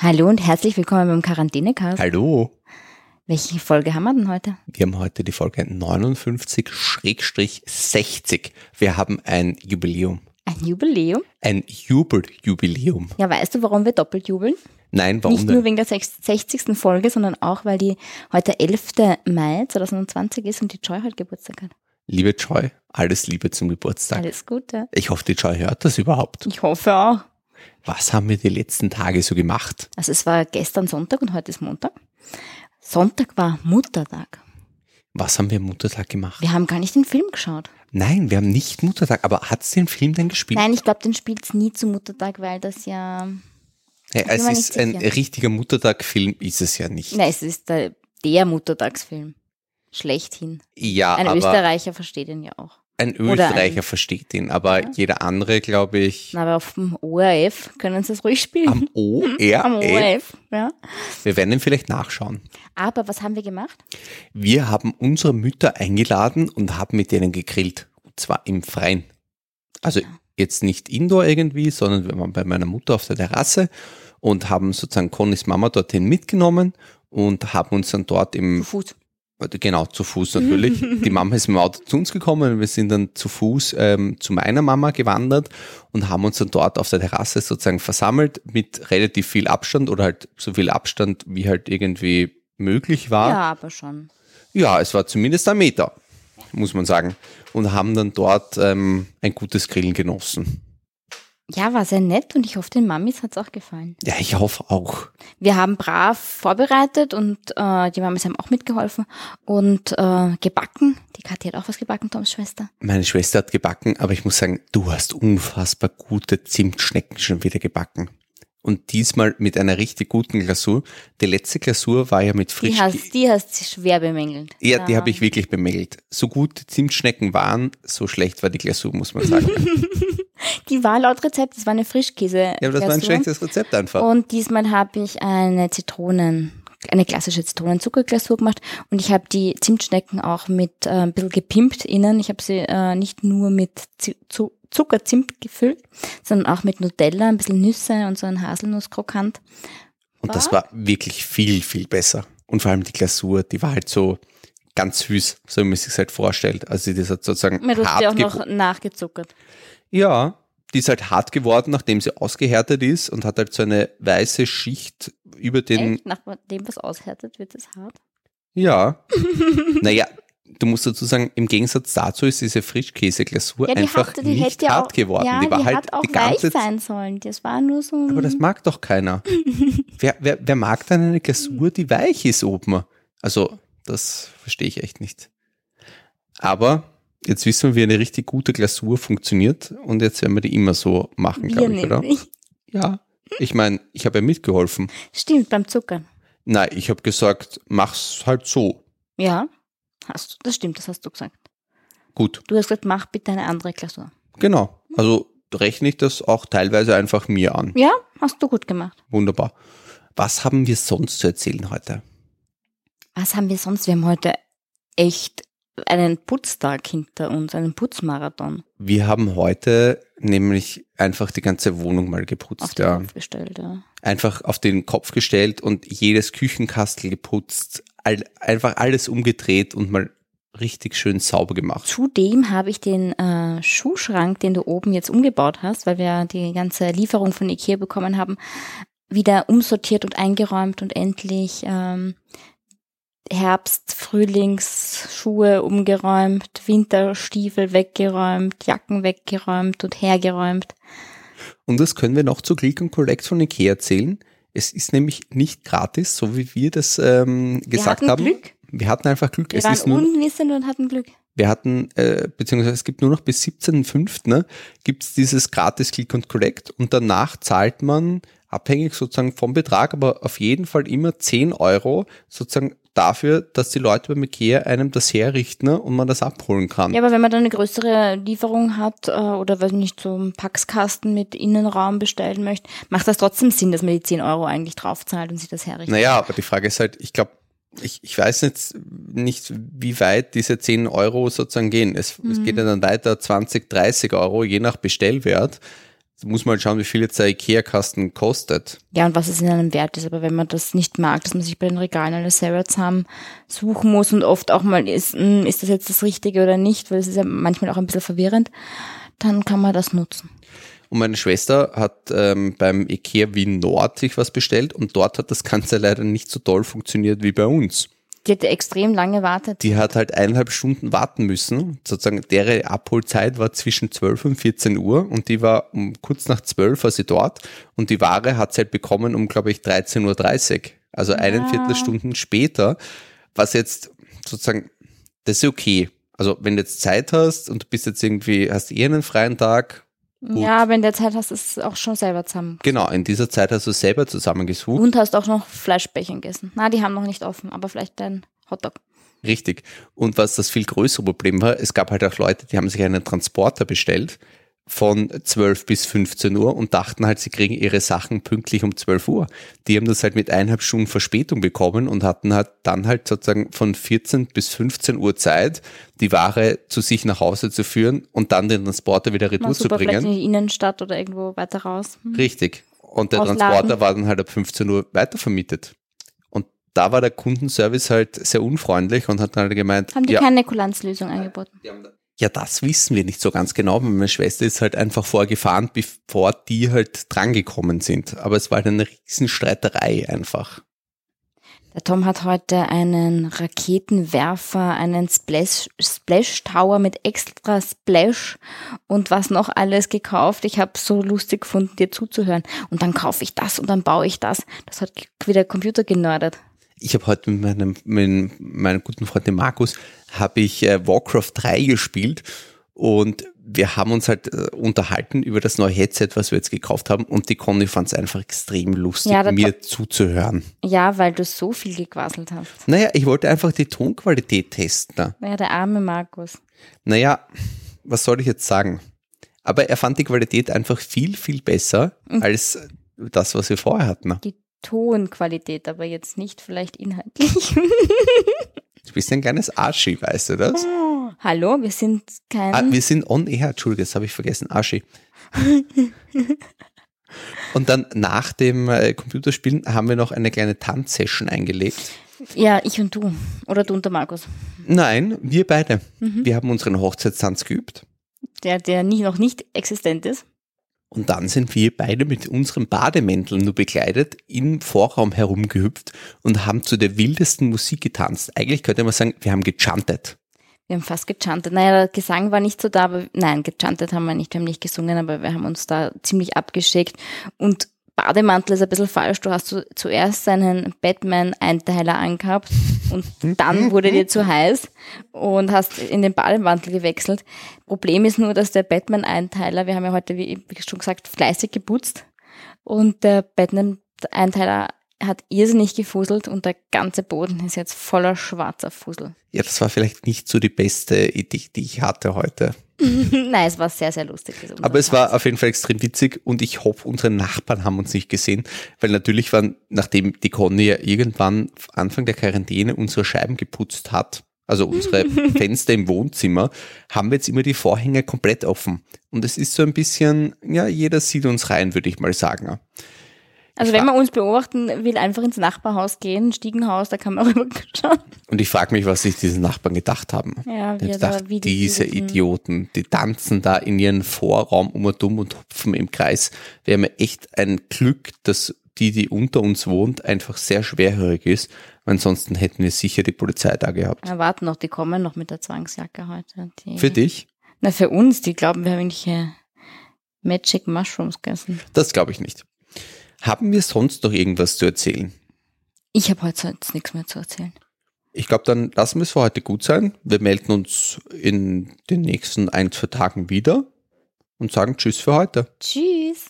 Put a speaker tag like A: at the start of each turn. A: Hallo und herzlich willkommen beim Quarantänecast.
B: Hallo,
A: Welche Folge haben wir denn heute?
B: wir haben heute die Folge 59-60. Wir haben ein Jubiläum.
A: Ein Jubiläum?
B: Ein Jubeljubiläum.
A: Ja, weißt du, warum wir doppelt jubeln?
B: Nein, warum
A: Nicht nur
B: denn?
A: wegen der sech- 60. Folge, sondern auch, weil die heute 11. Mai 2020 ist und die Joy heute Geburtstag hat.
B: Liebe Joy, alles Liebe zum Geburtstag.
A: Alles Gute.
B: Ich hoffe, die Joy hört das überhaupt.
A: Ich hoffe auch.
B: Was haben wir die letzten Tage so gemacht?
A: Also es war gestern Sonntag und heute ist Montag. Sonntag war Muttertag.
B: Was haben wir am Muttertag gemacht?
A: Wir haben gar nicht den Film geschaut.
B: Nein, wir haben nicht Muttertag, aber hat's den Film denn gespielt?
A: Nein, ich glaube, den spielt's nie zu Muttertag, weil das ja...
B: Hey,
A: bin
B: es
A: mir nicht
B: ist ein
A: sicher.
B: richtiger Muttertag-Film, ist es ja nicht.
A: Nein, es ist der, der Muttertagsfilm. Schlechthin.
B: Ja,
A: Ein
B: aber
A: Österreicher versteht ihn ja auch.
B: ein
A: oder ein-
B: Österreicher versteht ihn, aber jeder andere, glaube ich,
A: Na, aber auf dem ORF können sie es ruhig spielen.
B: am ORF.
A: Am ORF, ja.
B: Wir werden ihn vielleicht nachschauen.
A: Aber was haben wir gemacht?
B: Wir haben unsere Mütter eingeladen und haben mit denen gegrillt. Und zwar im Freien. Also jetzt nicht indoor irgendwie, sondern wir waren bei meiner Mutter auf der Terrasse und haben sozusagen Connys Mama dorthin mitgenommen und haben uns dann dort
A: Zu
B: im,
A: Fuß.
B: genau zu Fuß natürlich, die Mama ist mit dem Auto zu uns gekommen und wir sind dann zu Fuß ähm, zu meiner Mama gewandert und haben uns dann dort auf der Terrasse sozusagen versammelt mit relativ viel Abstand oder halt so viel Abstand, wie halt irgendwie möglich war.
A: Ja, aber schon.
B: Ja, es war zumindest ein Meter, muss man sagen. Und haben dann dort ähm, ein gutes Grillen genossen.
A: Ja, war sehr nett und ich hoffe, den Mamis hat es auch gefallen.
B: Ja, ich hoffe auch.
A: Wir haben brav vorbereitet und äh, die Mamis haben auch mitgeholfen und äh, gebacken. Die Kathi hat auch was gebacken, Toms Schwester.
B: Meine Schwester hat gebacken, aber ich muss sagen, du hast unfassbar gute Zimtschnecken schon wieder gebacken. Und diesmal mit einer richtig guten Glasur. Die letzte Glasur war ja mit frisch.
A: Die hast, Ah. die hast sie schwer bemängelt.
B: ja, die habe ich wirklich bemängelt. So gut die Zimtschnecken waren, so schlecht war die Glasur, muss man sagen.
A: Die war laut Rezept, das war eine Frischkäse.
B: ja, aber das war
A: Glasur.
B: ein
A: Oh,
B: schlechtes Rezept einfach.
A: Und diesmal habe ich eine Zitronen, eine klassische Zitronenzuckerglasur gemacht und ich habe die Zimtschnecken auch mit äh, ein bisschen gepimpt innen. Ich habe sie äh, nicht nur mit Zi- Zu Zuckerzimt gefüllt, sondern auch mit Nutella, ein bisschen Nüsse und so ein Haselnusskrokant.
B: Und das war wirklich viel, viel besser. Und vor allem die Glasur, die war halt so ganz süß, so wie man sich halt vorstellt. Also das hat sozusagen
A: Mir hast
B: hart
A: sie auch
B: gewo-
A: noch nachgezuckert.
B: Ja, die ist halt hart geworden, nachdem sie ausgehärtet ist und hat halt so eine weiße Schicht über den.
A: Echt? Nach dem, was aushärtet, wird es hart.
B: Ja. naja, du musst dazu sagen, im Gegensatz dazu ist diese Frischkäseglasur
A: Ja, die,
B: einfach
A: hatte, die
B: nicht
A: hätte ja
B: hart
A: auch,
B: geworden.
A: Ja,
B: die war halt
A: hat auch
B: die
A: weich
B: ganze
A: sein Mhm. sollen. Das war nur so ein
B: Aber das mag doch keiner. wer, wer, wer mag dann eine Glasur, die weich ist oben? Also, das verstehe ich echt nicht. Aber jetzt wissen wir, wie eine richtig gute Glasur funktioniert und jetzt werden wir die immer so machen,
A: Bier
B: glaube ich, oder?
A: nämlich.
B: Ja. Ich meine, ich habe ja mitgeholfen.
A: Stimmt, beim Zuckern.
B: Nein, ich habe gesagt, mach's halt so.
A: Ja, hast du. Das stimmt, das hast du gesagt.
B: Gut,
A: Du hast gesagt, mach bitte eine andere Klausur.
B: genau. Also rechne ich das auch teilweise einfach mir an.
A: Ja, hast du gut gemacht.
B: Wunderbar. Was haben wir sonst zu erzählen heute?
A: Was haben wir sonst? Wir haben heute echt einen Putztag hinter uns, einen Putzmarathon
B: Wir haben heute nämlich einfach die ganze Wohnung mal
A: auf
B: geputzt,
A: den
B: ja.
A: Kopf gestellt. Ja.
B: Einfach auf den Kopf gestellt und jedes Küchenkastel geputzt, all, einfach alles umgedreht und mal richtig schön sauber gemacht.
A: Zudem habe ich den äh, Schuhschrank, den du oben jetzt umgebaut hast, weil wir die ganze Lieferung von Ikea bekommen haben, wieder umsortiert und eingeräumt und endlich ähm, Herbst, Frühlingsschuhe umgeräumt, Winterstiefel weggeräumt, Jacken weggeräumt und hergeräumt.
B: Und das können wir noch zu Click und Collect von Ikea erzählen. Es ist nämlich nicht gratis, so wie wir das ähm, gesagt
A: hatten
B: haben.
A: Glück.
B: Wir hatten einfach Glück.
A: Wir
B: es ist
A: waren
B: nur,
A: unwissend und hatten Glück.
B: wir hatten, äh, beziehungsweise es gibt nur noch bis 17.05. Ne, gibt's dieses gratis Click und Collect und danach zahlt man, abhängig sozusagen vom Betrag, aber auf jeden Fall immer 10 Euro sozusagen dafür, dass die Leute beim Ikea einem das herrichten ne, und man das abholen kann.
A: Ja, aber wenn man dann eine größere Lieferung hat äh, oder weiß nicht, so einen Packskasten mit Innenraum bestellen möchte, macht das trotzdem Sinn, dass man die 10 Euro eigentlich draufzahlt und sich das herrichtet.
B: Naja, aber die Frage ist halt, ich glaube, ich, ich weiß jetzt nicht, wie weit diese 10 Euro sozusagen gehen. Es, es geht ja dann weiter 20, 30 Euro, je nach Bestellwert. Jetzt muss man halt schauen, wie viel jetzt der IKEA-Kasten kostet.
A: Ja, und was es in einem wert ist. Aber wenn man das nicht mag, dass man sich bei den Regalen alle selber zusammen suchen muss und oft auch mal ist, hm, ist das jetzt das Richtige oder nicht, weil es ist ja manchmal auch ein bisschen verwirrend, dann kann man das nutzen.
B: Und meine Schwester hat ähm, beim IKEA Wien Nord sich was bestellt und dort hat das Ganze leider nicht so toll funktioniert wie bei uns.
A: Die hätte extrem lange wartet.
B: Die hat halt eineinhalb Stunden warten müssen. Sozusagen deren Abholzeit war zwischen 12 und 14 Uhr und die war um kurz nach 12 war sie dort und die Ware hat sie halt bekommen um, glaube ich, 13.30 Uhr. Also ja. einen Viertelstunden später, was jetzt sozusagen, das ist okay. Also wenn du jetzt Zeit hast und du bist jetzt irgendwie, hast eh einen freien Tag, Gut.
A: Ja, aber in der Zeit hast du es auch schon selber zusammen.
B: Genau, in dieser Zeit hast du es selber zusammengesucht.
A: Und hast auch noch Fleischbällchen gegessen. Na, die haben noch nicht offen, aber vielleicht ein Hotdog.
B: Richtig. Und was das viel größere Problem war, es gab halt auch Leute, die haben sich einen Transporter bestellt von 12 bis 15 Uhr und dachten halt, sie kriegen ihre Sachen pünktlich um 12 Uhr. Die haben das halt mit eineinhalb Stunden Verspätung bekommen und hatten halt dann halt sozusagen von 14 bis 15 Uhr Zeit, die Ware zu sich nach Hause zu führen und dann den Transporter wieder retour zu bringen. Vielleicht
A: in die Innenstadt oder irgendwo weiter raus.
B: Hm. Richtig. Und der Ausladen. Transporter war dann halt ab 15 Uhr weitervermietet. Und da war der Kundenservice halt sehr unfreundlich und hat dann halt gemeint.
A: Haben die ja, keine Kulanzlösung angeboten?
B: Ja, das wissen wir nicht so ganz genau, weil meine Schwester ist halt einfach vorgefahren, bevor die halt drangekommen sind. Aber es war halt eine Riesenstreiterei einfach.
A: Der Tom hat heute einen Raketenwerfer, einen Splash, Splash Tower mit extra Splash und was noch alles gekauft. Ich habe so lustig gefunden, dir zuzuhören. Und dann kaufe ich das und dann baue ich das. Das hat wieder Computer genördert
B: ich habe heute mit meinem, mit meinem guten Freund dem Markus, habe ich äh, Warcraft 3 gespielt und wir haben uns halt äh, unterhalten über das neue Headset, was wir jetzt gekauft haben und die Conny fand es einfach extrem lustig, ja, mir zuzuhören.
A: Ja, weil du so viel gequasselt hast.
B: Naja, ich wollte einfach die Tonqualität testen. Ne?
A: Ja, der arme Markus.
B: Naja, was soll ich jetzt sagen? Aber er fand die Qualität einfach viel, viel besser mhm. als das, was wir vorher hatten.
A: Die Tonqualität, aber jetzt nicht vielleicht inhaltlich.
B: du bist ein kleines Arschi, weißt du das?
A: Oh, hallo, wir sind kein.
B: Ah, wir sind on air, Entschuldige, das habe ich vergessen, Arschi. Und dann nach dem äh, Computerspielen haben wir noch eine kleine Tanzsession eingelegt.
A: Ja, ich und du. Oder du und der Markus.
B: Nein, wir beide. Mhm. Wir haben unseren Hochzeitstanz geübt.
A: Der, der nie, noch nicht existent ist.
B: Und dann sind wir beide mit unseren Bademänteln nur bekleidet im Vorraum herumgehüpft und haben zu der wildesten Musik getanzt. Eigentlich könnte man sagen, wir haben gechantet.
A: Wir haben fast gechantet. Naja, der Gesang war nicht so da, aber nein, gechantet haben wir nicht. Wir haben nicht gesungen, aber wir haben uns da ziemlich abgeschickt. Und Bademantel ist ein bisschen falsch. Du hast zuerst einen Batman-Einteiler angehabt und dann wurde dir zu heiß und hast in den Bademantel gewechselt. Problem ist nur, dass der Batman-Einteiler, wir haben ja heute, wie schon gesagt, fleißig geputzt und der Batman-Einteiler hat irrsinnig gefuselt und der ganze Boden ist jetzt voller schwarzer Fusel.
B: Ja, das war vielleicht nicht so die beste Idee, die ich hatte heute.
A: Nein, es war sehr, sehr lustig.
B: Aber es war auf jeden Fall extrem witzig und ich hoffe, unsere Nachbarn haben uns nicht gesehen, weil natürlich waren, nachdem die Conny ja irgendwann Anfang der Quarantäne unsere Scheiben geputzt hat, also unsere Fenster im Wohnzimmer, haben wir jetzt immer die Vorhänge komplett offen. Und es ist so ein bisschen, ja, jeder sieht uns rein, würde ich mal sagen.
A: Also wenn man uns beobachten will, einfach ins Nachbarhaus gehen, Stiegenhaus, da kann man rüberschauen.
B: Und ich frage mich, was sich diese Nachbarn gedacht haben.
A: Ja,
B: die haben gedacht, wie die diese Idioten. Idioten, die tanzen da in ihren Vorraum um und um und hupfen im Kreis. Wir haben ja echt ein Glück, dass die, die unter uns wohnt, einfach sehr schwerhörig ist. Ansonsten hätten wir sicher die Polizei da gehabt.
A: Ja, warten noch, die kommen noch mit der Zwangsjacke heute. Die,
B: für dich?
A: Na, für uns, die glauben, wir haben irgendwelche Magic Mushrooms gegessen.
B: Das glaube ich nicht. Haben wir sonst noch irgendwas zu erzählen?
A: Ich habe heute sonst nichts mehr zu erzählen.
B: Ich glaube, dann lassen wir es für heute gut sein. Wir melden uns in den nächsten ein, zwei Tagen wieder und sagen Tschüss für heute.
A: Tschüss.